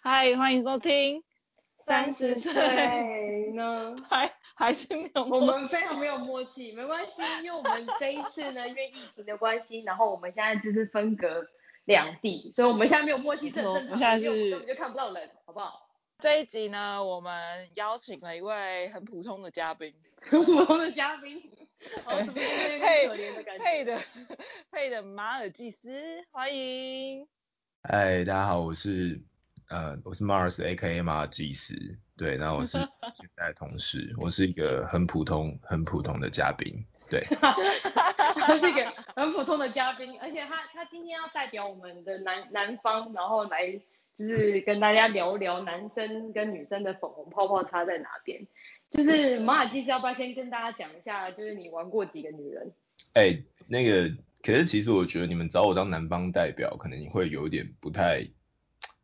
嗨，欢迎收听 三十岁呢？还还是没有我默们非常没有默契，没关系，因为我们这一次呢，因为疫情的关系，然后我们现在就是分隔两地，所以我们现在没有默契，这没错很正我们现在常，是因为我们根本就看不到人，好 不好？这一集呢，我们邀请了一位很普通的嘉宾，普通的嘉宾，好，怎么有点可怜的感觉？配的 配的马尔济斯，欢迎。嗨，哎大家好，我是呃，我是 Mars，A.K.A. 马尔济斯。对，然后 我是现在的同事，我是一个很普通、很普通的嘉宾。对， 他是一个很普通的嘉宾，而且他他今天要代表我们的南南方，然后来就是跟大家聊聊男生跟女生的粉红泡泡差在哪边。就是马尔济斯，要不要先跟大家讲一下，就是你玩过几个女人？哎、那个，可是其实我觉得你们找我当南方代表，可能会有一点不太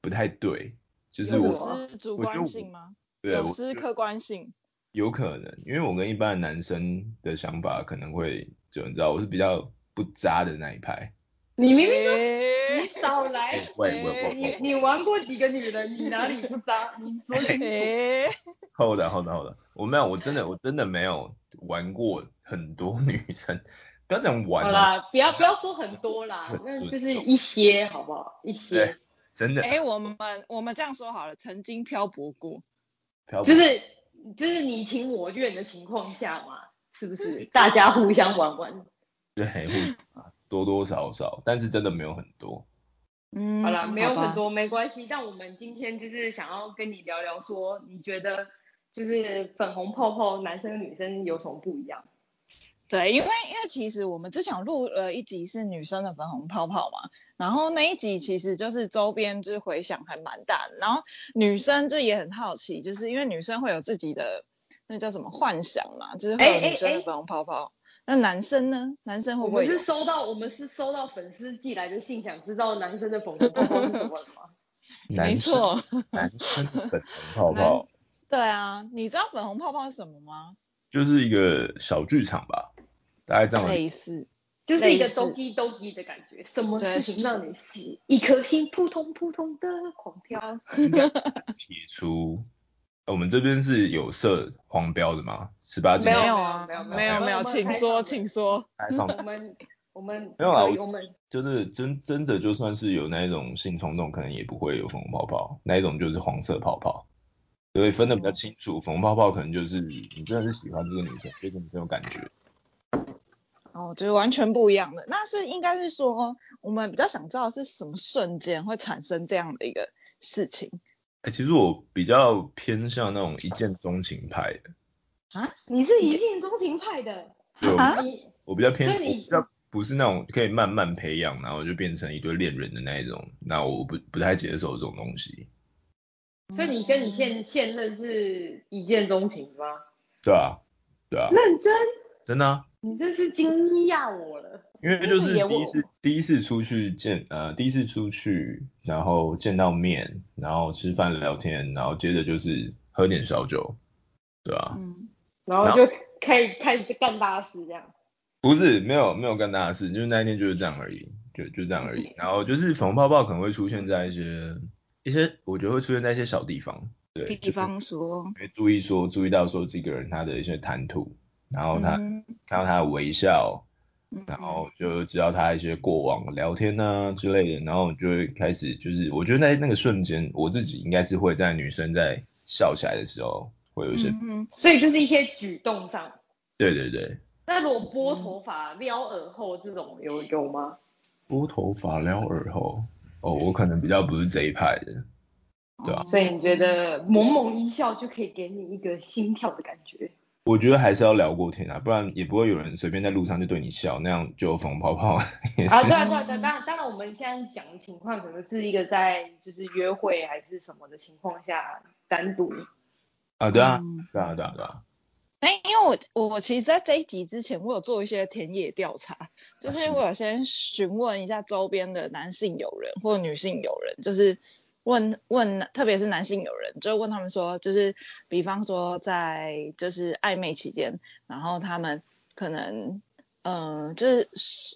不太对，就是为我什么有失主观性吗？对有我失觉得客观性。有可能，因为我跟一般的男生的想法可能会就你知道，我是比较不渣的那一派。你明明你 诶少来哎、，喂喂喂你喂，你玩过几个女人？你哪里不渣？你说清楚。诶， hold 的 hold 的 hold 的，我没有，我真的我真的没有玩过很多 女生，不要讲玩好啊，啦，不要不要说很多啦，那就是一些，好不好？一些对。真哎的诶，我们我们这样说好了，曾经漂泊过，漂泊就是就是你情我愿的情况下嘛，是不是？大家互相玩玩。对，互相多多少少，但是真的没有很多。嗯，好啦，没有吧很，多没关系，但我们今天就是想要跟你聊聊说，你觉得就是粉红泡泡男生女生有什么不一样？对，因为因为其实我们之前录了一集是女生的粉红泡泡嘛，然后那一集其实就是周边就是回响还蛮大的，然后女生就也很好奇，就是因为女生会有自己的那叫什么幻想嘛，就是会有哎哎女生的哎粉红泡泡。那男生呢？男生会我不会们有是？收到我们是收到粉丝寄来的信，想知道男生的粉红泡泡是什么的 吗？没男生，错，男生的粉 红泡泡对啊，你知道粉红泡泡是什么吗？就是一个小剧场吧，大概这样的。类似，就是一个类似都滴都滴的感觉，什么对事情让你是一颗心扑通扑通的狂跳？撇除呃我们这边是有设黄标的吗？十八禁没有啊，没有没有没有没有，没有请开说，放的请说。开放 我们我们没有啦可以我我们就是真真的，就算是有那一种性冲动，可能也不会有粉红泡泡，那一种就是黄色泡泡，所以分的比嗯较清楚。粉红泡泡可能就是你真的是喜欢这个女生，对这个女生有感觉。哦，就是完全不一样的。那是应该是说，我们比较想知道是什么瞬间会产生这样的一个事情哎、其实我比较偏向那种一见钟情派的，你是一见钟情派的，就啊你我比较偏，所以我你比较不是那种可以慢慢培养，然后就变成一对恋人的那一种，那我不不太接受这种东西，所以你跟你现现任是一见钟情吗？对啊，对啊，认真，真的啊、你真是惊讶我了。因为就是也第我一次第一次出去见呃第一次出去，然后见到面，然后吃饭聊天，然后接着就是喝点小酒，对啊吧、嗯，然后就开开始干大事这样。不是没有没有干大事，就是那一天就是这样而已，就就这样而已。然后就是粉红泡泡可能会出现在一些一些，我觉得会出现在一些小地方，对，比方说，会注意说注意到说这个人他的一些谈吐，然后他、嗯看到他的微笑，嗯然后就知道他一些过往聊天啊之类的，然后我就会开始就是，我觉得在那个瞬间，我自己应该是会在女生在笑起来的时候会有一些，嗯嗯所以就是一些举动上。对对对，那如果拨头发、撩耳后这种有有吗？拨头发、撩耳后，哦，我可能比较不是这一派的，对哦啊所以你觉得萌萌一笑就可以给你一个心跳的感觉？我觉得还是要聊过天啊，不然也不会有人随便在路上就对你笑，那样就有粉红泡泡。啊，对啊，对啊，对啊，当然，当然，我们现在讲的情况可能是一个在就是约会还是什么的情况下单独， 啊，对啊，嗯对啊，对啊，对啊，哎、因为我我其实在这一集之前，我有做一些田野调查，就是是我有先询问一下周边的男性友人或女性友人，就是问问，特别是男性友人，就问他们说，就是比方说在就是暧昧期间，然后他们可能嗯、呃就是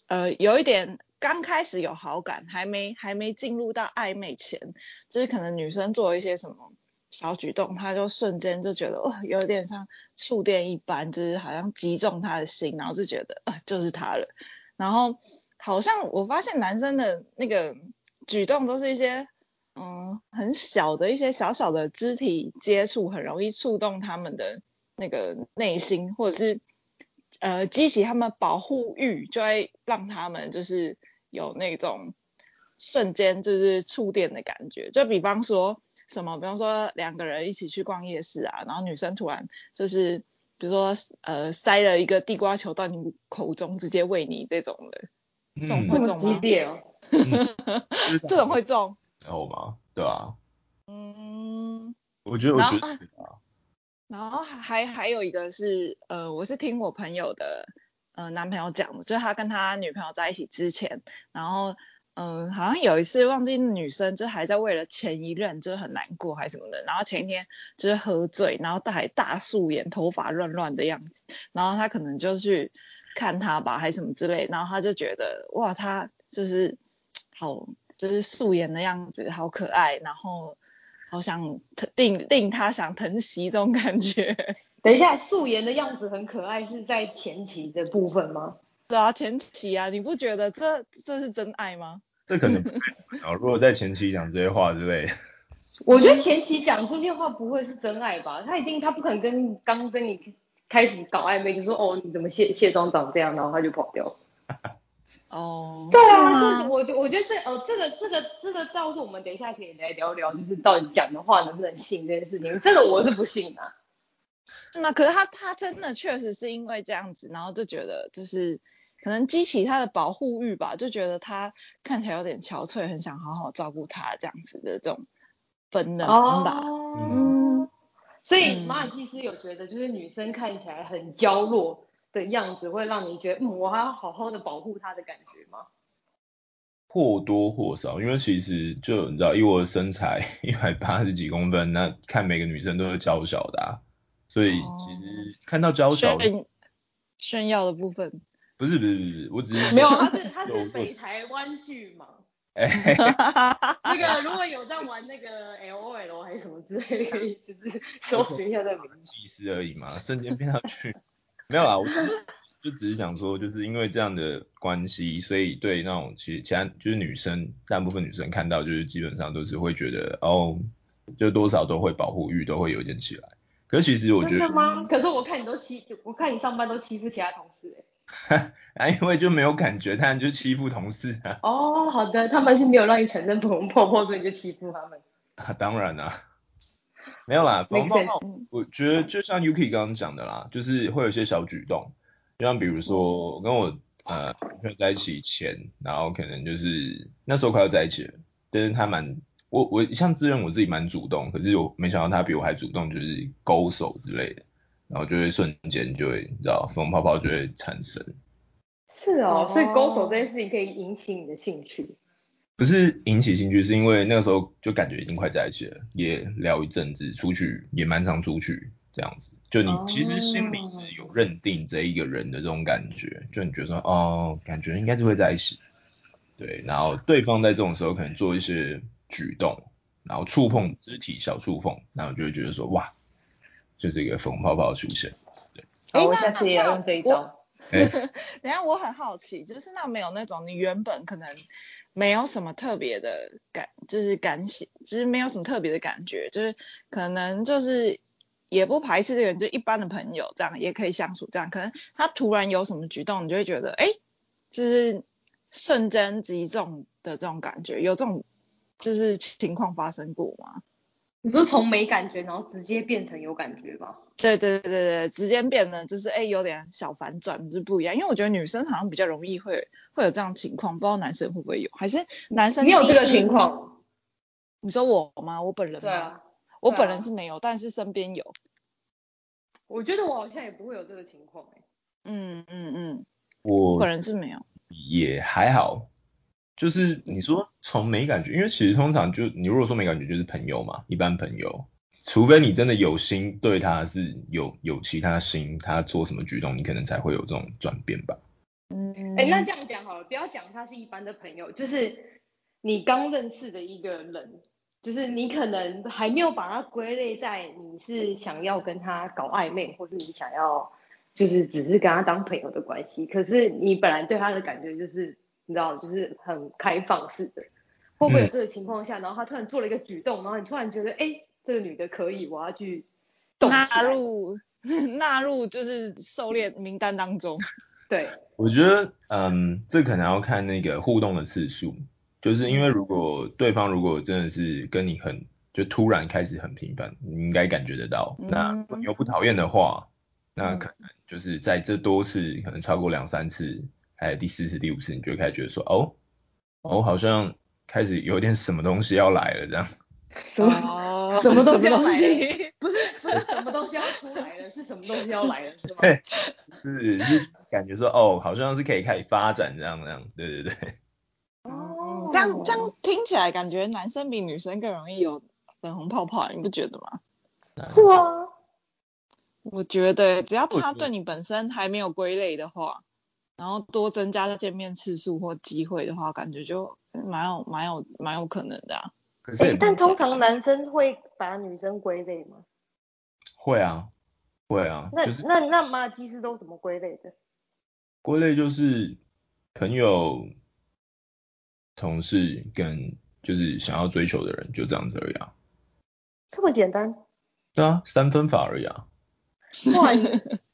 呃有一点刚开始有好感，还没还没进入到暧昧前，就是可能女生做一些什么小举动，他就瞬间就觉得哦，有点像触电一般，就是好像击中他的心，然后就觉得呃就是他了。然后好像我发现男生的那个举动都是一些嗯很小的一些小小的肢体接触，很容易触动他们的那个内心，或者是。呃，激起他们保护欲，就会让他们就是有那种瞬间就是触电的感觉。就比方说什么，比方说两个人一起去逛夜市啊，然后女生突然就是比如说呃塞了一个地瓜球到你口中，直接喂你这种的，这种嗯这会么中激吗？烈哦。这种会中，然后嘛，对啊，嗯。我觉得我然觉后啊得啊然后还还有一个是，呃，我是听我朋友的，呃，男朋友讲的，就是他跟他女朋友在一起之前，然后，嗯、好像有一次忘记女生就还在为了前一任就是很难过还是什么的，然后前一天就是喝醉，然后大还大素颜，头发乱乱的样子，然后他可能就去看他吧还是什么之类，然后他就觉得哇，他就是好，就是素颜的样子好可爱，然后。好想疼令令他想疼惜这种感觉。 等一下，素颜的样子很可爱，是在前期的部分吗？对啊，前期啊，你不觉得这这是真爱吗？这可能不太可能哦。如果在前期讲这些话之类，我觉得前期讲这些话不会是真爱吧？他一定，他不可能跟刚跟你开始搞暧昧就说哦，你怎么卸卸妆长这样，然后他就跑掉。哦，对啊，是这吗我觉我觉得这哦，这个这个这个倒是我们等一下可以来聊聊，就是到底讲的话能不能信这件事情，这个我是不信的、是吗？可是他他真的确实是因为这样子，然后就觉得就是可能激起他的保护欲吧，就觉得他看起来有点憔悴，很想好好照顾他这样子的这种本能吧。哦嗯，所以嗯马尔济斯有觉得，就是女生看起来很娇弱的样子，会让你觉得，嗯，我还要好好的保护她的感觉吗？或多或少，因为其实就你知道，以我的身材一百八十几公分，那看每个女生都是娇小的、啊，所以哦其实看到娇小，炫炫耀的部分，不是不是不是，我只 是没有，啊他 是他有是我北台湾剧嘛。 哎、 那个如果有在玩那个 L O L 还是什么之类的，可以就是搜寻一下这个名字。技师而已嘛，瞬间变上去，没有啦，啊我就就只是想说，就是因为这样的关系，所以对那种其实其他就是女生，大部分女生看到就是基本上都是会觉得哦，就多少都会保护欲都会有点起来。可是其实我觉真的得，吗？可是我看你都欺，我看你上班都欺负其他同事、欸。啊，因为就没有感觉，当然就欺负同事啊。 哦，好的，他们是没有让你产生粉红泡泡，所以你就欺负他们。啊，当然啦、没有啦， Make 防爆 sense 帽，我觉得就像 Yuki 刚刚讲的啦，就是会有一些小举动，就像比如说我跟我呃女朋友在一起前，然后可能就是那时候快要在一起了，但是她蛮我我一向自认我自己蛮主动，可是我没想到她比我还主动，就是勾手之类的，然后就会瞬间就会你知道粉红泡泡就会产生，是哦哦，所以勾手这件事情可以引起你的兴趣。不是引起兴趣，是因为那个时候就感觉已经快在一起了，也聊一阵子，出去也蛮常出去这样子。就你哦其实心里是有认定这一个人的这种感觉，就你觉得说哦，感觉应该就会在一起。对，然后对方在这种时候可能做一些举动，然后触碰肢体小触碰，然后就会觉得说哇，就是一个粉红泡泡的出现。诶好我那下次也要用这一招。哎、等一下我很好奇，就是那没有那种你原本可能没有什么特别的感，就是感喜，就是没有什么特别的感觉，就是可能就是也不排斥这个人，就一般的朋友这样也可以相处这样。可能他突然有什么举动，你就会觉得哎、诶就是瞬间击中的这种感觉，有这种就是情况发生过吗？你不是从没感觉，然后直接变成有感觉吗？对对对对，直接变得就是哎、有点小反转，就是不一样。因为我觉得女生好像比较容易会会有这样情况，不知道男生会不会有，还是男生你有第一这个情？况？你说我吗？我本人吗对啊，我对啊本人是没有，但是身边有。我觉得我好像也不会有这个情况、欸、嗯嗯嗯，我本我人是没有。也还好，就是你说从没感觉，因为其实通常就你如果说没感觉，就是朋友嘛，一般朋友，除非你真的有心对他是有有其他心，他做什么举动，你可能才会有这种转变吧。嗯，哎、那这样讲好了，不要讲他是一般的朋友，就是你刚认识的一个人，就是你可能还没有把他归类在你是想要跟他搞暧昧，或是你想要就是只是跟他当朋友的关系，可是你本来对他的感觉就是你知道，就是很开放式的，会不会有嗯这个情况下，然后他突然做了一个举动，然后你突然觉得，哎、这个女的可以，我要去动起纳来入 纳入就是狩猎名单当中。对，我觉得，嗯，这可能要看那个互动的次数，就是因为如果对方如果真的是跟你很，就突然开始很频繁，你应该感觉得到。嗯那如果你又不讨厌的话，那嗯可能就是在这多次，可能超过两三次，还有第四次、第五次，你就会开始觉得说，哦，哦，好像开始有点什么东西要来了这样。什么、哦 什么东西什要么东西？不是 什么东西要出来了，是什么东西要来了，是吗？对是是感觉说，哦，好像是可以开始发展这样这样。对对对。哦这样这样听起来感觉男生比女生更容易有粉红泡泡，你不觉得吗？是吗？我觉得欸只要我觉他得对你本身还没有归类的话，然后多增加见面次数或机会的话，感觉就蛮有蛮有蛮有可能的、啊。可是哎、也不但通常男生会把女生归类吗？会啊，会啊，那、就是那那妈鸡是都怎么归类的？归类就是朋友、同事跟就是想要追求的人，就这样子而已啊。这么简单？对啊，三分法而已啊。 哇你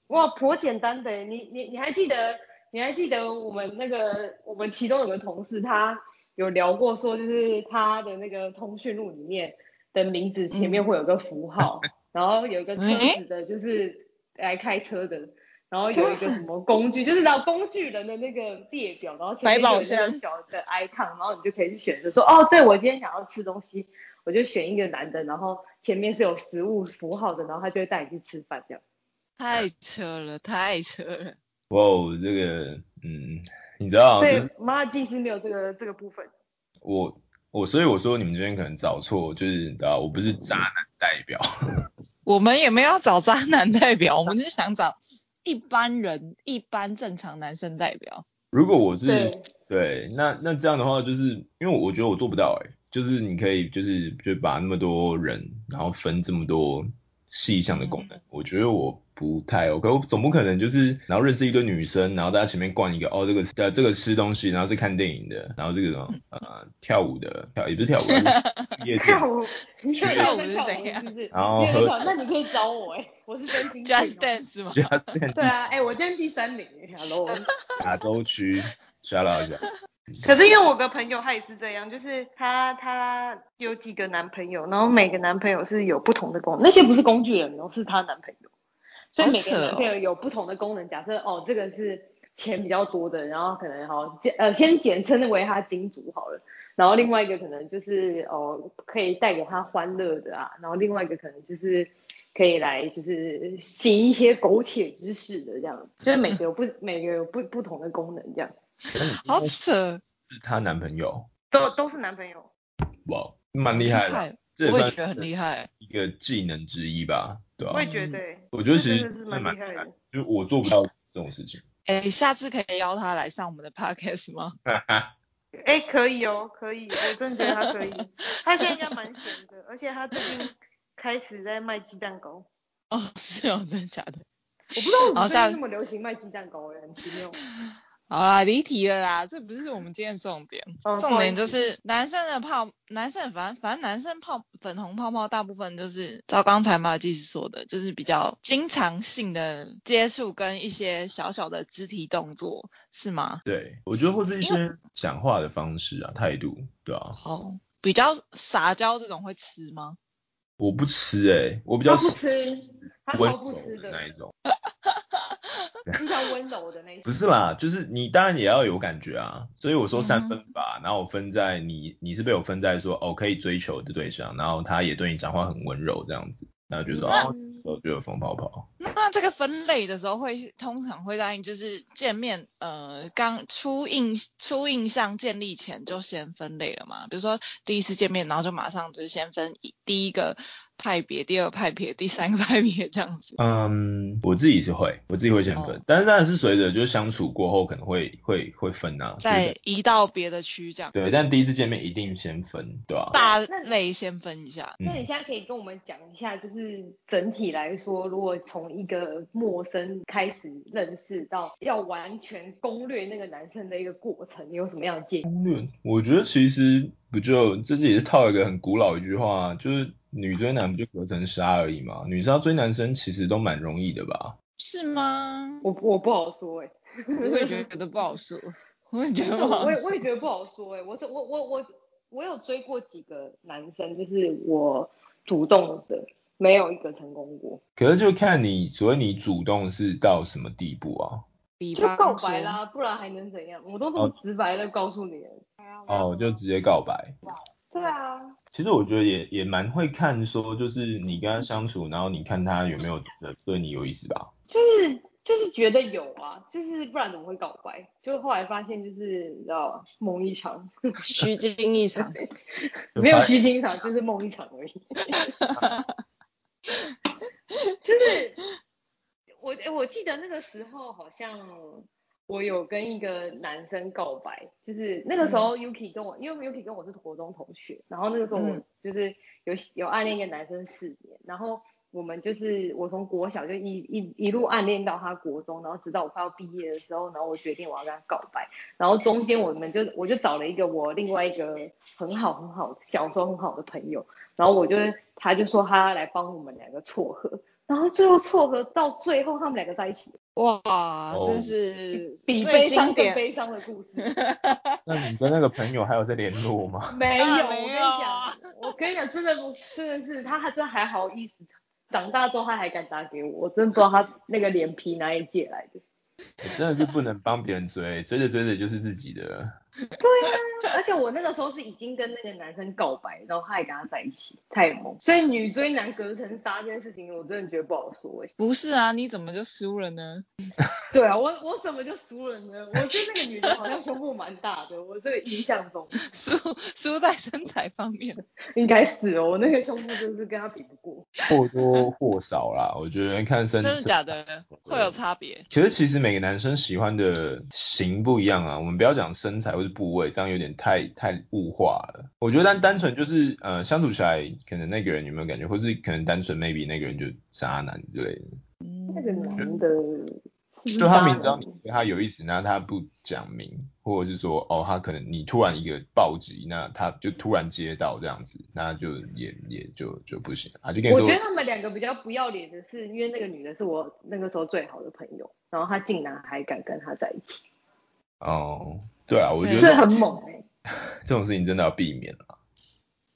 哇，颇简单的耶。欸你你你还记得你还记得我们那个我们其中有个同事，他有聊过说，就是他的那个通讯录里面的名字前面会有个符号，嗯然后有一个车子的，就是来开车的。然后有一个什么工具，就是那工具人的那个列表，然后前面百宝有那个箱小的 icon，然后你就可以去选择说，哦，对我今天想要吃东西，我就选一个男的，然后前面是有食物符号的，然后他就会带你去吃饭这样。太扯了，太扯了。哇哦，这个嗯，你知道，所就以是妈祭司没有这个这个部分。我我，所以我说你们这边可能找错，就是啊，我不是渣男代表。 我们也没有找渣男代表，我们是想找一般人、一般正常男生代表。如果我是对，那那这样的话，就是因为我觉得我做不到哎、就是你可以就是就把那么多人，然后分这么多细项的功嗯能，我觉得我不太 OK，我总不可能就是然后认识一堆女生，然后大家前面灌一个哦这个呃这个吃东西，然后是看电影的，然后这个什么嗯呃跳舞的跳也不是跳舞， 就是夜店跳，舞，你觉看得跳舞是不是？然后没有喝跳那你可以找我哎、我是真心 Just 对 Dance 吗？加上对啊，哎、我今天第三名哎，hello。亚洲 区 shout out 一下，可是因为我个朋友他也是这样，就是他他有几个男朋友，然后每个男朋友是有不同的功能，那些不是工具人哦，是她男朋友，所以每好扯个哦男朋友有不同的功能。假设哦，这个是钱比较多的，然后可能好简呃先简称为他金主好了，然后另外一个可能就是哦可以带给他欢乐的啊，然后另外一个可能就是。可以来就是行一些苟且之事的这样，就是每个有不 每个有不不同的功能这样，好扯，是她男朋友，都都是男朋友。哇，蛮厉害的，这也我算也觉得很厉害。一个技能之一吧，对吧、我也觉得欸，我觉得这其实真的是真的蛮蛮厉害的。就是我做不到这种事情。哎、下次可以邀他来上我们的 podcast 吗？哎、可以哦，可以，我真的觉得他可以。他现在应该蛮闲的，而且他最近开始在卖鸡蛋糕。我哦，是哦，真的假的？不知道 我好们最下近这么流行卖鸡蛋糕，哎，很奇 妙。好啦，离题了啦，这不是我们今天的重点。哦重点就，不好意思是男生的泡，男生反正反正男生泡粉红泡泡大部分就是照刚才马尔技师说的，就是比较经常性的接触跟一些小小的肢体动作，是吗？对，我觉得或是一些讲话的方式啊、态度，对啊，哦，比较撒娇这种会吃吗？我不吃哎、我比较他不吃，他温超不柔吃的那一的，种。非常温柔的那一不种。是啦，就是你当然也要有感觉啊，所以我说三分法，然后我分在你你是被我分在说哦可以追求的对象，然后他也对你讲话很温柔这样子，然后就说那嗯哦，这时候就有风泡泡，那这个分类的时候会通常会在就是见面呃刚初印初印象建立前就先分类了嘛？比如说第一次见面，然后就马上就先分一第一个派别、第二派别、第三个派别这样子？嗯，我自己是会，我自己会先分，哦但是当然是随着就是相处过后可能会会会分啊，就是再移到别的区这样，对，但第一次见面一定先分，对啊吧、大类先分一下。那你现在可以跟我们讲一下，就是整体来说，如果从一个陌生开始认识到要完全攻略那个男生的一个过程，你有什么样的建议？我觉得其实不就这也是套一个很古老一句话，啊就是女追男不就隔层纱而已嘛。女生要追男生其实都蛮容易的吧？是吗？我我不好说哎、我也觉得不好说，我也觉得不我好我也说。我也觉得不好说哎、我这我我我我有追过几个男生，就是我主动的，没有一个成功过，可是就看你所谓你主动是到什么地步啊？比就告方说白，啦，不然还能怎样？我都这么直白的告诉你了。哦，就直接告白。对啊，其实我觉得也也蛮会看说，就是你跟他相处，然后你看他有没有真的对你有意思吧？就是就是觉得有啊，就是不然怎么会告白？就后来发现就是你知道吧梦一场， 虚惊一场。就没有发虚惊一场，就是梦一场而已。 就是我诶我记得那个时候好像我有跟一个男生告白，就是那个时候 Yuki 跟我，因为 Yuki 跟我是国中同学，然后那个时候我嗯就是有有暗恋一个男生四年，然后我们就是我从国小就一一一路暗恋到他国中，然后直到我快要毕业的时候，然后我决定我要跟他告白，然后中间我们就我就找了一个我另外一个很好很好小时候很好的朋友，然后我就他就说他来帮我们两个撮合，然后最后撮合到最后他们两个在一起，哇，哦真是比最悲经伤更典。悲伤的故事。那你跟那个朋友还有在联络吗？ 没有，当然我跟没你有啊讲，我跟你讲，真的不，真的是他还真还好意思，长大之后他还敢打给我，我真不知道他那个脸皮哪里借来的。 我真的是不能帮别人追，追着追着就是自己的了。啊而且我那个时候是已经跟那个男生告白，然后他还跟他在一起，太猛。所以女追男隔层纱这件事情，我真的觉得不好说哎、不是啊，你怎么就输了呢？ 对啊，我我怎么就输了呢？我对那个女的好像胸部蛮大的，我这个印象中输输在身材方面。应该是哦，我那个胸部真是跟他比不过。或多或少啦，我觉得看身真的假的？会有差别？其实其实每个男生喜欢的型不一样啊，我们不要讲身材或是部位，这样有点太太物化了。我觉得单单纯就是呃相处起来，可能那个人有没有感觉，或是可能单纯 maybe 那个人就渣男之类的，那个嗯，男的，就他明知道你对他有意思，那他不讲明，或者是说哦他可能你突然一个暴击，那他就突然接到这样子，那就也也就就不行啊，就跟你我觉说得他们两个比较不要脸的是，因为那个女的是我那个时候最好的朋友，然后她竟然还敢跟他在一起，哦对啊，我觉这得很猛哎、这种事情真的要避免啊。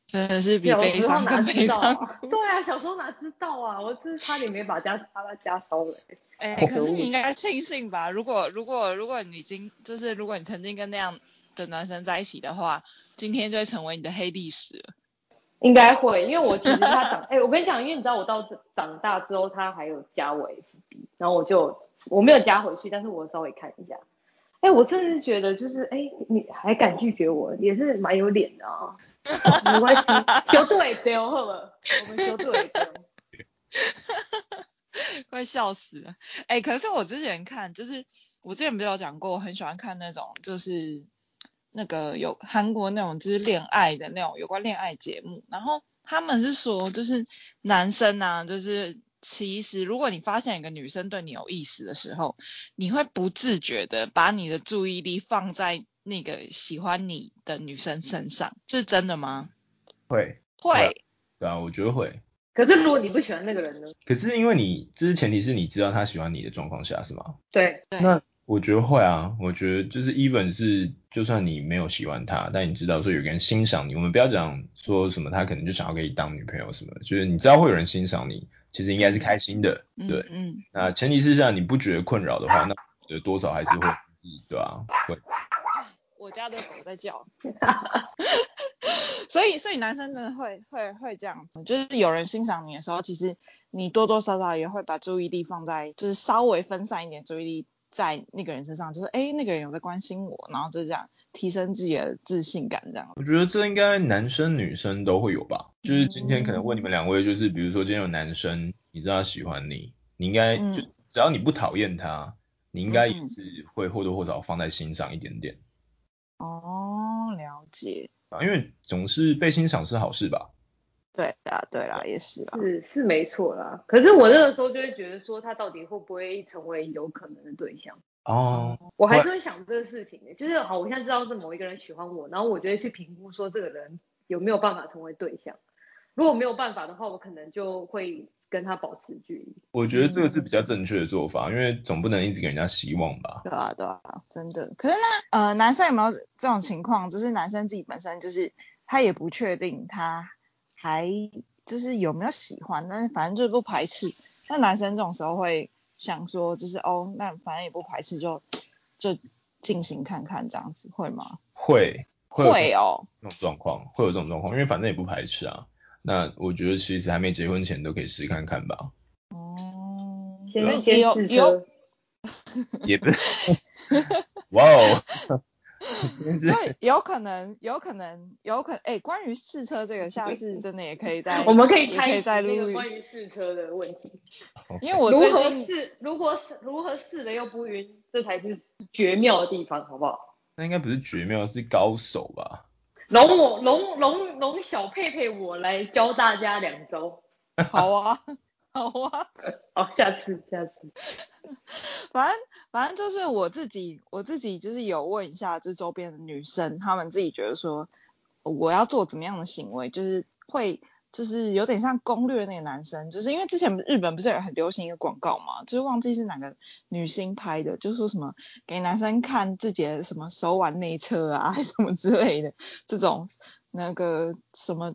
真的是比小悲时候伤哪更知悲道伤。啊？对啊，小时候哪知道啊？我真是差点没把家把他家烧了、欸。哎、哦可是你应该庆幸吧？如果如果如果你今就是如果你曾经跟那样的男生在一起的话，今天就会成为你的黑历史了。应该会，因为我其实他长，哎、我跟你讲，因为你知道我到这长大之后，他还有加我 FB，然后我就我没有加回去，但是我稍微看一下。哎、我真的是觉得就是，哎、你还敢拒绝我，也是蛮有脸的啊。没关系，球队丢哦好了，我们球队丢。快笑死了！哎、可是我之前看，就是我之前不是有讲过，我很喜欢看那种就是那个有韩国那种就是恋爱的那种有关恋爱节目，然后他们是说就是男生啊，就是其实如果你发现一个女生对你有意思的时候，你会不自觉的把你的注意力放在那个喜欢你的女生身上，这是真的吗？会，会。对啊，我觉得会。 可是如果你不喜欢那个人呢？可是因为你，这是前提是你知道他喜欢你的状况下，是吗？对，对那我觉得会啊，我觉得就是 even 是，就算你没有喜欢他，但你知道说有个人欣赏你，我们不要讲说什么他可能就想要给你当女朋友什么的，就是你知道会有人欣赏你，其实应该是开心的，嗯对。嗯，那前提是让你不觉得困扰的话，那我觉得多少还是会，对啊，会。我家的狗在叫，所以所以男生真的会会会这样子，就是有人欣赏你的时候，其实你多多少少也会把注意力放在，就是稍微分散一点注意力在那个人身上，就是哎、诶那个人有在关心我，然后就这样提升自己的自信感这样。我觉得这应该男生女生都会有吧。就是今天可能嗯问你们两位，就是比如说今天有男生，你知道他喜欢你，你应该嗯就只要你不讨厌他，你应该也嗯是会或多或少放在心上一点点哦，了解。啊，因为总是被欣赏是好事吧。对啦，对啦，也是啊啦。是是没错啦。可是我那个时候就会觉得说，他到底会不会成为有可能的对象？哦，我还是会想这个事情的，就是好，我现在知道是某一个人喜欢我，然后我就会去评估说这个人有没有办法成为对象。如果没有办法的话，我可能就会跟他保持距离。我觉得这个是比较正确的做法，因为总不能一直给人家希望吧。对啊，对啊，真的。可是那呃，男生有没有这种情况？就是男生自己本身就是他也不确定他还就是有没有喜欢，但是反正就是不排斥。那男生这种时候会想说，就是哦，那反正也不排斥就，就进行看看这样子，会吗？会会有会哦，这种状况，会有这种状况，因为反正也不排斥啊。那我觉得其实还没结婚前都可以试看看吧，哦，先也先有试也有车，，也不是， 哇哦，真是就有可能，有可能，有可能，哎、关于试车这个，下次真的也可以再我们可以也开可以一集再那录个一，关于试车的问题。因为我如最何近试，如果试如何试了又不晕，这才是绝妙的地方，好不好？那应该不是绝妙，是高手吧？容我容容容小佩佩我来教大家两招。好啊， 好啊，好，下次下次。反正反正就是我自己，我自己就是有问一下，就是周边的女生，她们自己觉得说，我要做怎么样的行为，就是会。就是有点像攻略那个男生，就是因为之前日本不是有很流行一个广告嘛，就是忘记是哪个女星拍的，就说什么给男生看自己的什么手腕内侧啊， 还是什么之类的，这种那个什么，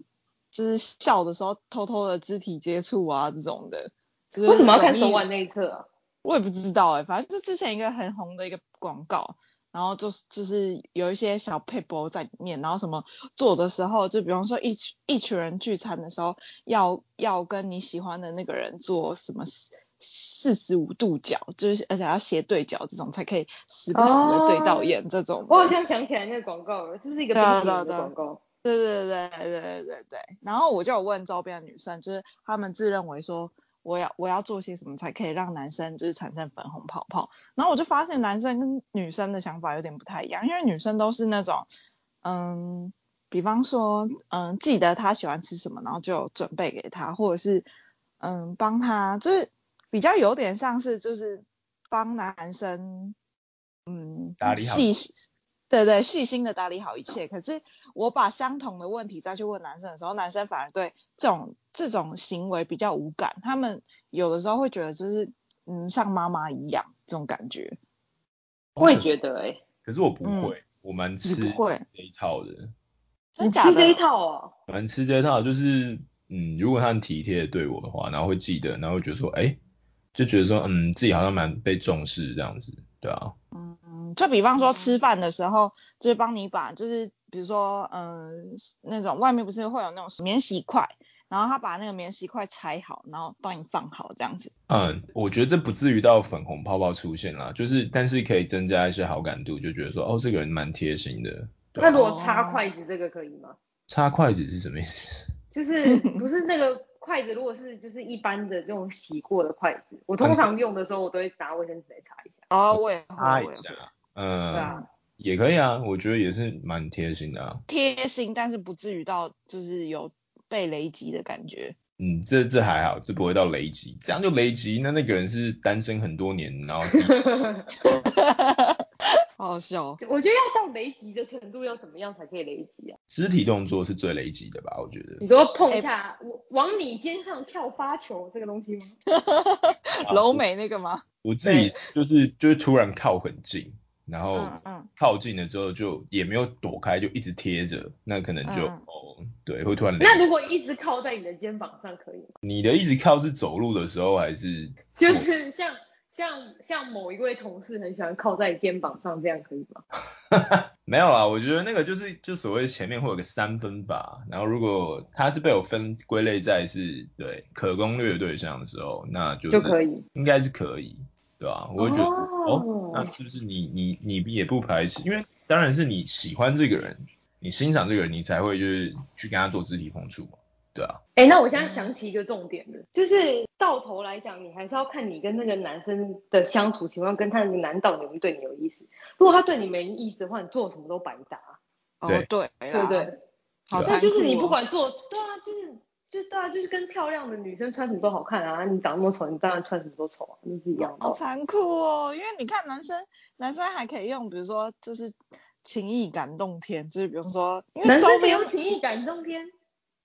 就是笑的时候偷偷的肢体接触啊这种的。就是为什么要看容易手腕内侧啊？我也不知道哎、反正就之前一个很红的一个广告，然后就是就是有一些小 paper 在里面，然后什么做的时候，就比方说一群一群人聚餐的时候，要要跟你喜欢的那个人做什么四四十五度角，就是而且要斜对角这种才可以时不时的对到眼这种的。我好像想起来那个广告了，是不是一个冰对啊对淇淋的啊对啊广告？对对对对对对对。然后我就有问周边的女生，就是她们自认为说我要我要做些什么才可以让男生就是产生粉红泡泡。然后我就发现男生跟女生的想法有点不太一样，因为女生都是那种嗯。比方说，嗯，记得他喜欢吃什么，然后就准备给他，或者是，嗯，帮他，就是比较有点像是就是帮男生，嗯，打理好细心，对对，细心的打理好一切。可是我把相同的问题再去问男生的时候，男生反而对这种这种行为比较无感，他们有的时候会觉得就是，嗯，像妈妈一样这种感觉。我也觉得哎、可是我不会，我蛮吃你不会这一套的，真你假吃这一的？套哦、蛮吃这一套，就是嗯，如果他很体贴地对我的话，然后会记得，然后会觉得说，哎、就觉得说，嗯，自己好像蛮被重视这样子，对啊，嗯，就比方说吃饭的时候，就是帮你把，就是比如说，嗯、那种外面不是会有那种免洗筷，然后他把那个免洗筷拆好，然后帮你放好这样子。嗯，我觉得这不至于到粉红泡泡出现啦，就是但是可以增加一些好感度，就觉得说，哦，这个人蛮贴心的。对那啊如果插筷子这个可以吗？插筷子是什么意思？就是 不是那个筷子，如果是就是一般的那种洗过的筷子，我通常用的时候我都会拿卫生纸来擦一下。哦，我也插会，一我也会。下，嗯，对啊，也可以啊，我觉得也是蛮贴心的啊。贴心，但是不至于到就是有被雷击的感觉。嗯，这这还好，这不会到雷击，这样就雷击，那那个人是单身很多年，然后好好笑哦，我觉得要到雷击的程度，要怎么样才可以雷击啊？肢体动作是最雷击的吧？我觉得你说碰一哎下，我往你肩上跳发球这个东西吗？柔美那个吗？我自己就是就是突然靠很近，然后嗯嗯，靠近了之后就也没有躲开，就一直贴着，那可能就、嗯哦对，会突然雷击。那如果一直靠在你的肩膀上可以吗？你的一直靠是走路的时候还是就是像像像某一位同事很喜欢靠在你肩膀上，这样可以吗？没有啦，我觉得那个就是就所谓前面会有个三分法，然后如果它是被我分归类在是对可攻略对象的时候，那就是就可以。应该是可以。对吧、我会觉得哦哦，那是不是你你你也不排斥？因为当然是你喜欢这个人，你欣赏这个人，你才会就是去跟他做肢体碰触嘛，对啊，哎、那我现在想起一个重点了，就是到头来讲，你还是要看你跟那个男生的相处情况，跟他那个男导游对你有意思。如果他对你没意思的话，你做什么都白搭，哦对对对对不对？啊好所以残就是你酷哦不管做，对啊，就是就对啊，就是跟漂亮的女生穿什么都好看啊，你长那么丑，你当然穿什么都丑啊，那是一样的道好理。残酷哦，因为你看男生，男生还可以用，比如说就是情意感动天，就是比如说，因为男周生没边有情意感动天，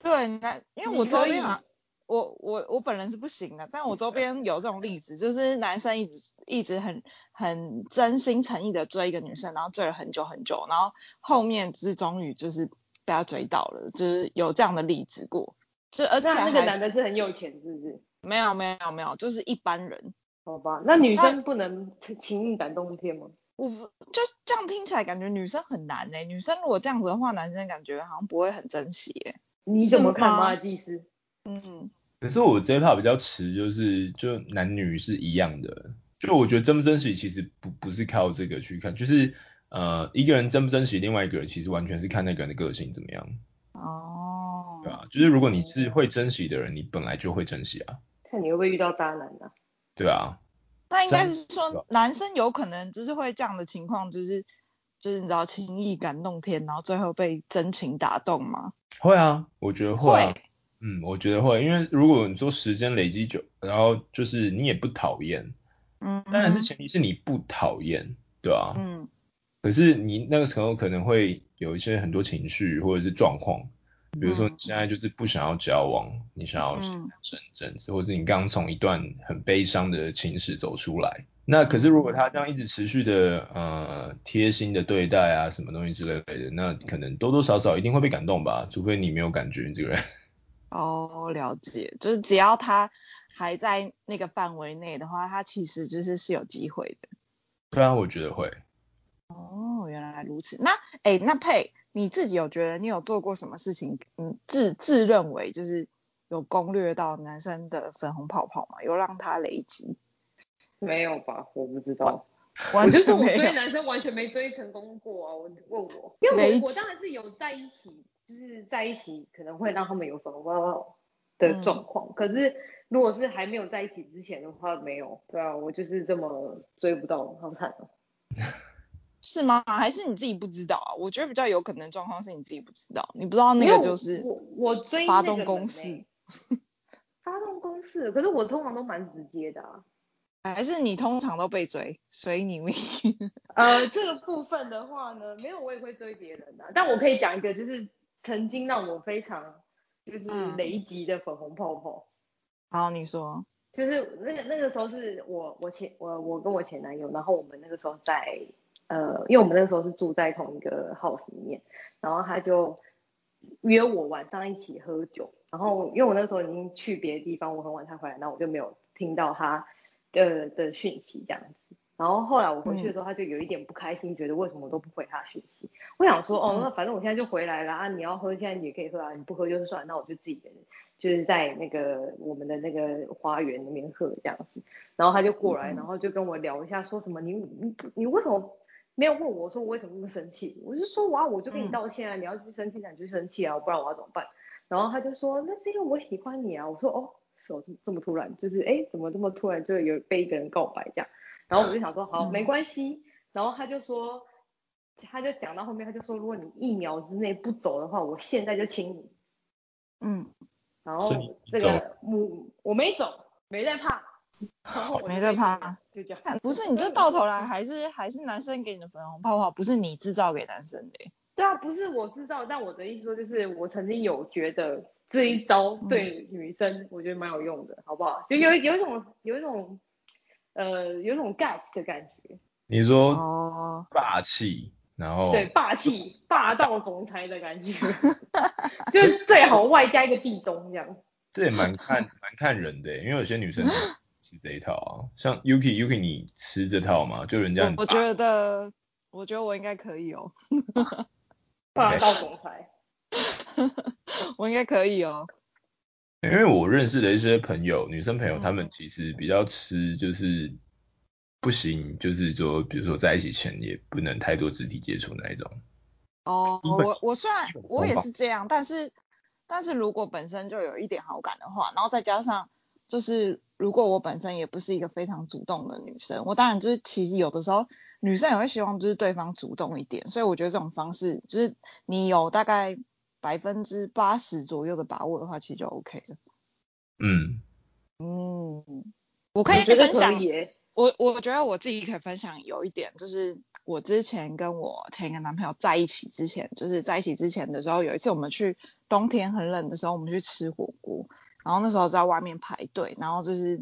对男，因为你我周可以啊边啊，我我我本人是不行的，但我周边有这种例子，就是男生一直一直很很真心诚意的追一个女生，然后追了很久很久，然后后面就是终于就是被他追到了，就是有这样的例子过，就而且那那还个男的是很有钱，是不是？没有没有没有，就是一般人，好吧，那女生不能情情意感动天吗？我不就这样听起来感觉女生很难呢、欸女生如果这样子的话，男生感觉好像不会很珍惜耶、你怎么看是吗马尔济斯？嗯，可是我这一 part 比较迟，就是就男女是一样的，就我觉得珍不珍惜其实不不是靠这个去看，就是呃一个人珍不珍惜另外一个人，其实完全是看那个人的个性怎么样，哦，啊对吧、就是如果你是会珍惜的人，你本来就会珍惜啊，看你会不会遇到渣男啊？对啊，那应该真是是吧说男生有可能就是会这样的情况，就是就是你知道情意感动天，然后最后被真情打动吗？会啊，我觉得会啊、会嗯，我觉得会，因为如果你说时间累积久，然后就是你也不讨厌，嗯，当然是前提是你不讨厌，对啊，嗯，可是你那个时候可能会有一些很多情绪或者是状况，比如说你现在就是不想要交往，你想要嗯整阵子，或者你刚从一段很悲伤的情史走出来。那可是如果他这样一直持续的呃贴心的对待啊，什么东西之类的，那可能多多少少一定会被感动吧，除非你没有感觉你这个人。 哦，了解，就是只要他还在那个范围内的话，他其实就是是有机会的。不然我觉得会。哦，原来如此。那哎，那佩，你自己有觉得你有做过什么事情？嗯，自自认为就是有攻略到男生的粉红泡泡吗？有让他累积？没有吧，我不知道。完 就是全我没追有。男生完全没追成功过啊！我问我，因为没我我当然是有在一起，就是在一起可能会让他们有粉红泡泡的嗯状况。可是如果是还没有在一起之前的话，没有。对啊，我就是这么追不到，好惨哦。是吗？还是你自己不知道啊？我觉得比较有可能状况是你自己不知道，你不知道那因为个我就是我我追发那动个攻人势欸，发动攻势。可是我通常都蛮直接的啊。还是你通常都被追，随你命。呃，这个部分的话呢，没有我也会追别人的、但我可以讲一个，就是曾经让我非常就是嗯雷击的粉红泡泡。好，你说，就是那个那个时候是我我前我我跟我前男友，然后我们那个时候在呃，因为我们那个时候是住在同一个 house 里面，然后他就约我晚上一起喝酒，然后因为我那时候已经去别的地方，我很晚才回来，然后我就没有听到他的的讯息这样子。然后后来我回去的时候，他就有一点不开心，觉得为什么我都不回他讯息。我想说，哦，嗯那反正我现在就回来了啊，你要喝现在也可以喝啊，你不喝就是算了，那我就自己就是在那个我们的那个花园那边喝这样子。然后他就过来，嗯然后就跟我聊一下，说什么你你不你为什么没有问我说我为什么那么生气？我就说哇，我就跟你嗯道歉啊，你要去生气那你就生气啊，不然我要怎么办？然后他就说那是因为我喜欢你啊。我说哦，是哦，这这么突然，就是哎怎么这么突然就有被一个人告白这样？然后我就想说好嗯没关系，然后他就说。他就讲到后面，他就说，如果你一秒之内不走的话，我现在就亲你。嗯，然后所以你这走个我我没走，没在怕，然后我就没在被怕亲了，就这样。看不是你这到头来还是还是男生给你的粉红泡泡，不是你制造给男生的欸、对啊，不是我知道，但我的意思说就是，我曾经有觉得这一招嗯对女生，我觉得蛮有用的，好不好？就有有一种有一种呃有一种 guts 的感觉，你说哦。霸气，然后对，霸气霸道总裁的感 觉，就是最好外加一个壁咚这样。这也蛮看蛮看人的耶，因为有些女 生很吃这一套啊，像 Yuki Yuki 你吃这套吗？就人家很我我霸觉得，我觉得我应该可以哦，霸道总裁，我应该可以哦。因为我认识的一些朋友，女生朋友，嗯她们其实比较吃就是不行，就是说，比如说在一起前也不能太多肢体接触那一种。哦，基本我我虽然基本我风也貌是这样，但是但是如果本身就有一点好感的话，然后再加上就是如果我本身也不是一个非常主动的女生，我当然就是其实有的时候女生也会希望就是对方主动一点，所以我觉得这种方式就是你有大概百分之八十左右的把握的话，其实就 OK 了。嗯，嗯，我 可以我觉得分可享以耶，我我觉得我自己可以分享有一点，就是我之前跟我前一个男朋友在一起之前，就是在一起之前的时候，有一次我们去冬天很冷的时候，我们去吃火锅，然后那时候在外面排队，然后就是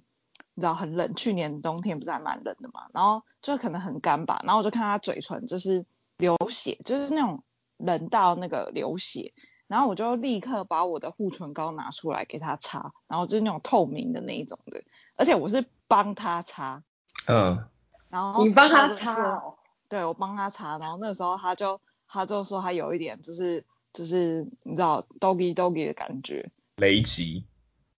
你知道很冷，去年冬天不是还蛮冷的嘛，然后就可能很干吧，然后我就看他嘴唇就是流血，就是那种冷到那个流血，然后我就立刻把我的护唇膏拿出来给他擦，然后就是那种透明的那一种的，而且我是帮他擦。嗯，然后你帮他就擦说哦，对我帮他擦，然后那时候他就他就说他有一点就是就是你知道 doggy doggy 的感觉，雷击，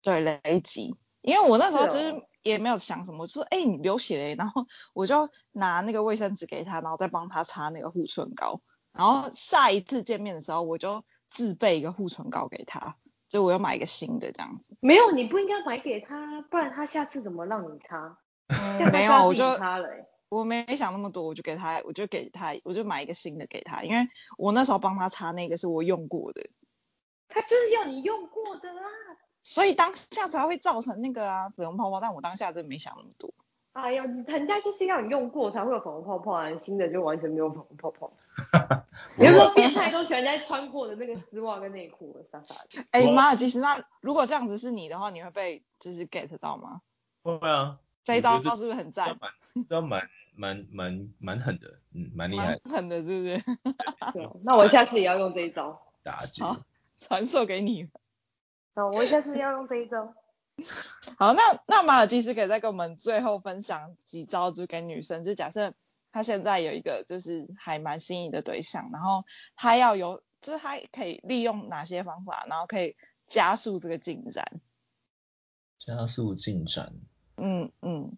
对雷击，因为我那时候是就哦是也没有想什么，就是哎、你流血嘞，然后我就拿那个卫生纸给他，然后再帮他擦那个护唇膏，然后下一次见面的时候我就自备一个护唇膏给他，就我又买一个新的这样子，没有，你不应该买给他，不然他下次怎么让你擦？这样嗯、他没知有道我自己就擦了欸耶。我没想那么多，我就给他，我就给他，我就买一个新的给他，因为我那时候帮他擦那个是我用过的，他就是要你用过的啊啦。所以当下才会造成那个啊粉红泡泡。但我当下真的没想那么多，哎呦，你人家就是要你用过才会有粉红泡泡啊，你新的就完全没有粉红泡泡。不有会没啊有变态都喜欢在穿过的那个丝袜跟内裤了，傻傻 的。哎、我妈呀，其实那如果这样子是你的话，你会被就是 get 到吗？会啊，这一我觉招得是不是很这赞？蛮这蛮蛮蛮蛮狠的，嗯，蛮厉害蛮的狠的，是不是？ 对哦那我下次也要用这一招。打击。好传授给你。哦，我下次要用这 一招。好，那那马尔基斯可以再跟我们最后分享几招，就给女生，就假设她现在有一个就是还蛮心仪的对象，然后她要有，就是她可以利用哪些方法，然后可以加速这个进展。加速进展，嗯嗯，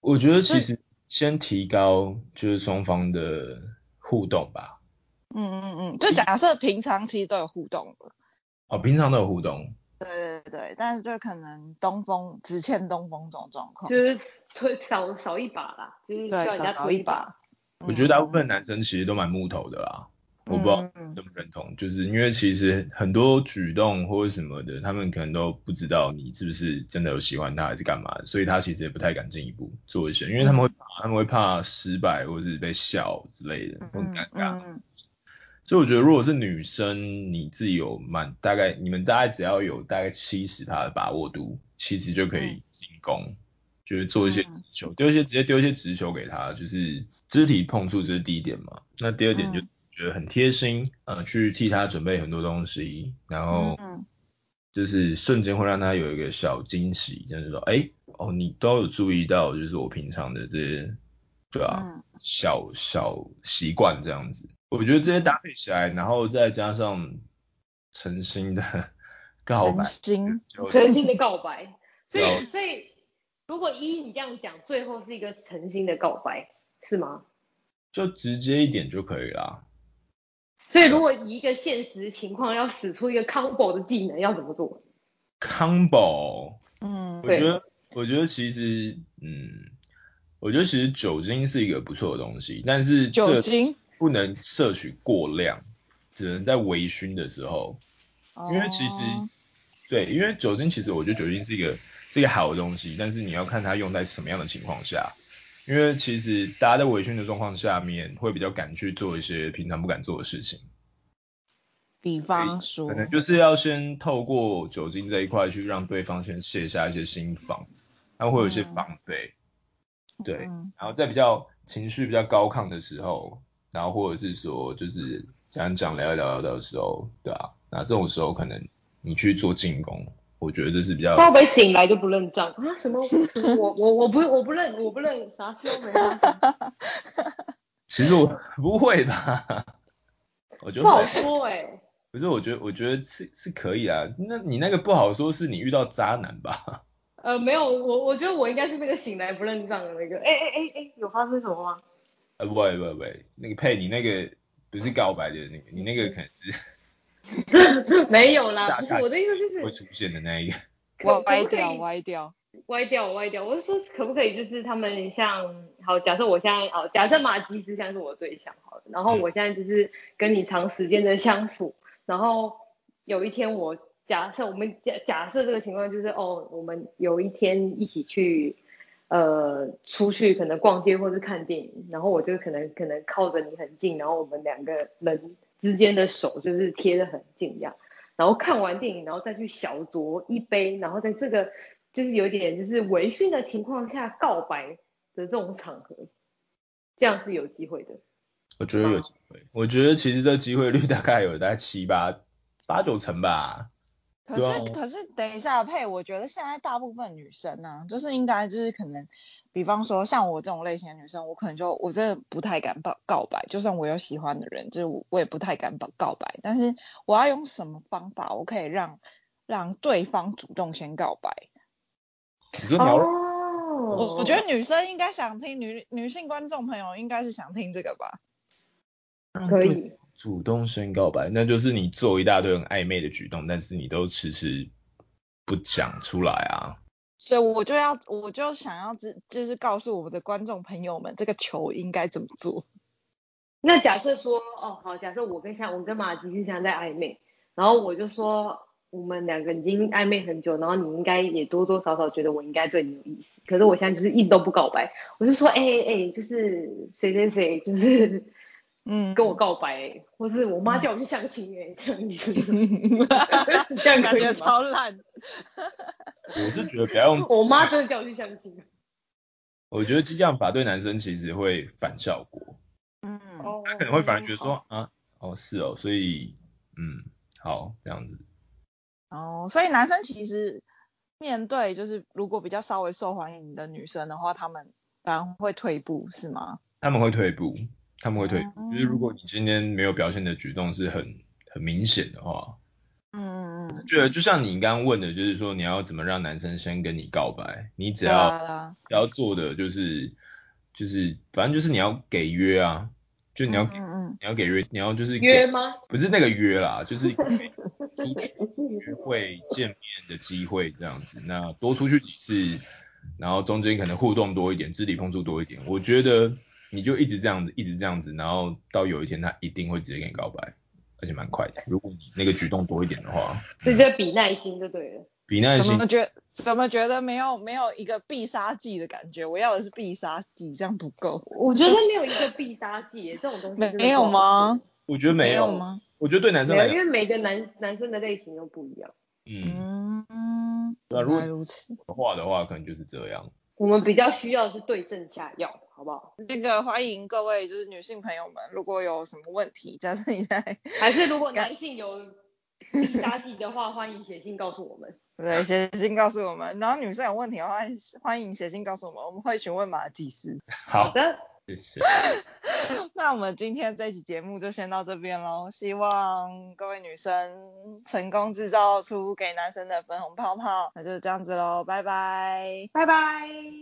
我觉得其实先提高就是双方的互动吧。嗯嗯嗯，就假设平常其实都有互动了，哦，平常都有互动，对对对，但是就可能东风只欠东风这种状况，就是推少少一把啦，就是叫对，人家少推一把。。我觉得大部分男生其实都蛮木头的啦。我不知道嗯认不认同，就是因为其实很多举动或者什么的，他们可能都不知道你是不是真的有喜欢他还是干嘛的，所以他其实也不太敢进一步做一些，因为他们会怕，他们会怕失败或者是被笑之类的，很尴尬。嗯所以我觉得如果是女生，你自己有满大概，你们大概只要有大概七十他的把握度，其实就可以进攻，就是做一些嗯直球，丢一些直接丢一些直球给他，就是肢体碰触这是第一点嘛。那第二点就嗯觉得很贴心，呃，去替他准备很多东西，然后嗯嗯就是瞬间会让他有一个小惊喜，就是说，哎、哦，你都有注意到，就是我平常的这些，对啊，嗯小小习惯这样子。我觉得这些搭配起来，然后再加上诚心的告诚白，心，就诚心的告白。所然后以，所以如果依你这样讲，最后是一个诚心的告白，是吗？就直接一点就可以啦。所以，如果以一个现实情况要使出一个 combo 的技能，要怎么做？ Combo，嗯我觉得，我觉得其实，嗯，我觉得其实酒精是一个不错的东西，但是酒这精，不能摄取过量，只能在微醺的时候。因为其实哦对，因为酒精其实我觉得酒精是一个是一个好的东西，但是你要看它用在什么样的情况下。因为其实大家在微醺的状况下面，会比较敢去做一些平常不敢做的事情，比方说，可能就是要先透过酒精这一块去让对方先卸下一些心防，他会有一些嗯防备，对，嗯然后在比较情绪比较高亢的时候，然后或者是说就是讲讲聊一聊聊的时候，对啊，那这种时候可能你去做进攻，我觉得这是比较他会不会醒来就不认账啊？什么什么？我我我不我不认我不认，啥事都没发生，其实我不会吧，我 觉不得好会，说 哎、可是我觉得我觉得是是可以啊。那你那个不好说，是你遇到渣男吧？ 呃，没有，我我觉得我应该是那个醒来不认账的那个。哎哎哎哎，有发生什么吗？呃，不会不会不会，那个佩，你那个不是告白的那个，你那个可能是哎没有啦，下不是下我的意思就会是出现的那一个。 可我可歪不可掉以歪掉，歪掉歪掉，我是说可不可以就是他们像好，假设我现在哦，假设马吉斯像是我对象好了，然后嗯我现在就是跟你长时间的相处，然后有一天我假设我们假假设这个情况就是哦，我们有一天一起去呃出去可能逛街或是看电影，然后我就可能可能靠着你很近，然后我们两个人之间的手就是贴得很近这样。然后看完电影，然后再去小酌一杯，然后在这个就是有点就是微醺的情况下告白的这种场合，这样是有机会的。我觉得有机会，我觉得其实这机会率大概有大概七八八九成吧。可对啊是、可是等一下佩，我觉得现在大部分女生呢、就是应该就是可能，比方说像我这种类型的女生，我可能就我真的不太敢告告白，就算我有喜欢的人，就是我我也不太敢告告白。但是我要用什么方法，我可以让让对方主动先告白？你说你要、哦我我觉得女生应该想听，女女性观众朋友应该是想听这个吧？让可对以，主动先告白，那就是你做一大堆很暧昧的举动，但是你都迟迟不讲出来啊。所以我就要我就想要知，就是告诉我们的观众朋友们，这个球应该怎么做？那假设说，哦，好，假设我跟像我跟马吉是想在暧昧，然后我就说我们两个已经暧昧很久，然后你应该也多多少少觉得我应该对你有意思，可是我现在就是一直都不告白，我就说，哎、哎、哎，就是谁谁谁，就是嗯， 跟我告白、或是我妈叫我去相亲、哎，这样子， 这样感可以觉吗？超烂。我是觉得不要用，我妈真的叫我去相亲。我觉得激将法对男生其实会反效果，嗯，哦，他可能会反而觉得说啊，哦是哦，所以嗯好这样子。哦，所以男生其实面对就是如果比较稍微受欢迎的女生的话，他们反而会退步，是吗？他们会退步，他们会退步。哦就是如果你今天没有表现的举动是很很明显的话，嗯嗯嗯，就就像你刚刚问的，就是说你要怎么让男生先跟你告白，你只对要、啊对啊，只要做的就是就是反正就是你要给约啊，就你要给、嗯嗯你要给约，你要就是给约吗？不是那个约啦，就是给出去约会见面的机会这样子。那多出去几次，然后中间可能互动多一点，肢体碰触多一点，我觉得你就一直这样子，一直这样子，然后到有一天他一定会直接跟你告白，而且蛮快的。如果你那个举动多一点的话，所以就比耐心就对了。比耐嗯，心怎么觉怎么觉得没有没有一个必杀技的感觉？我要的是必杀技，这样不够。我觉得没有一个必杀技、欸这种东西真的没有吗？我觉得没有？吗？我觉得对男生没有，来因讲，为每个男男生的类型都不一样。嗯，嗯，对啊如原果来如此。的话的话可能就是这样。我们比较需要的是对症下药，好不好？那个欢迎各位就是女性朋友们，如果有什么问题，假设你在还是如果男性有必杀技的话，欢迎写信告诉我们。对，写信告诉我们。然后女生有问题的话，欢迎写信告诉我们，我们会询问马技师。好好，的，谢谢。那我们今天这期节目就先到这边喽，希望各位女生成功制造出给男生的粉红泡泡。那就这样子喽，拜拜。拜拜。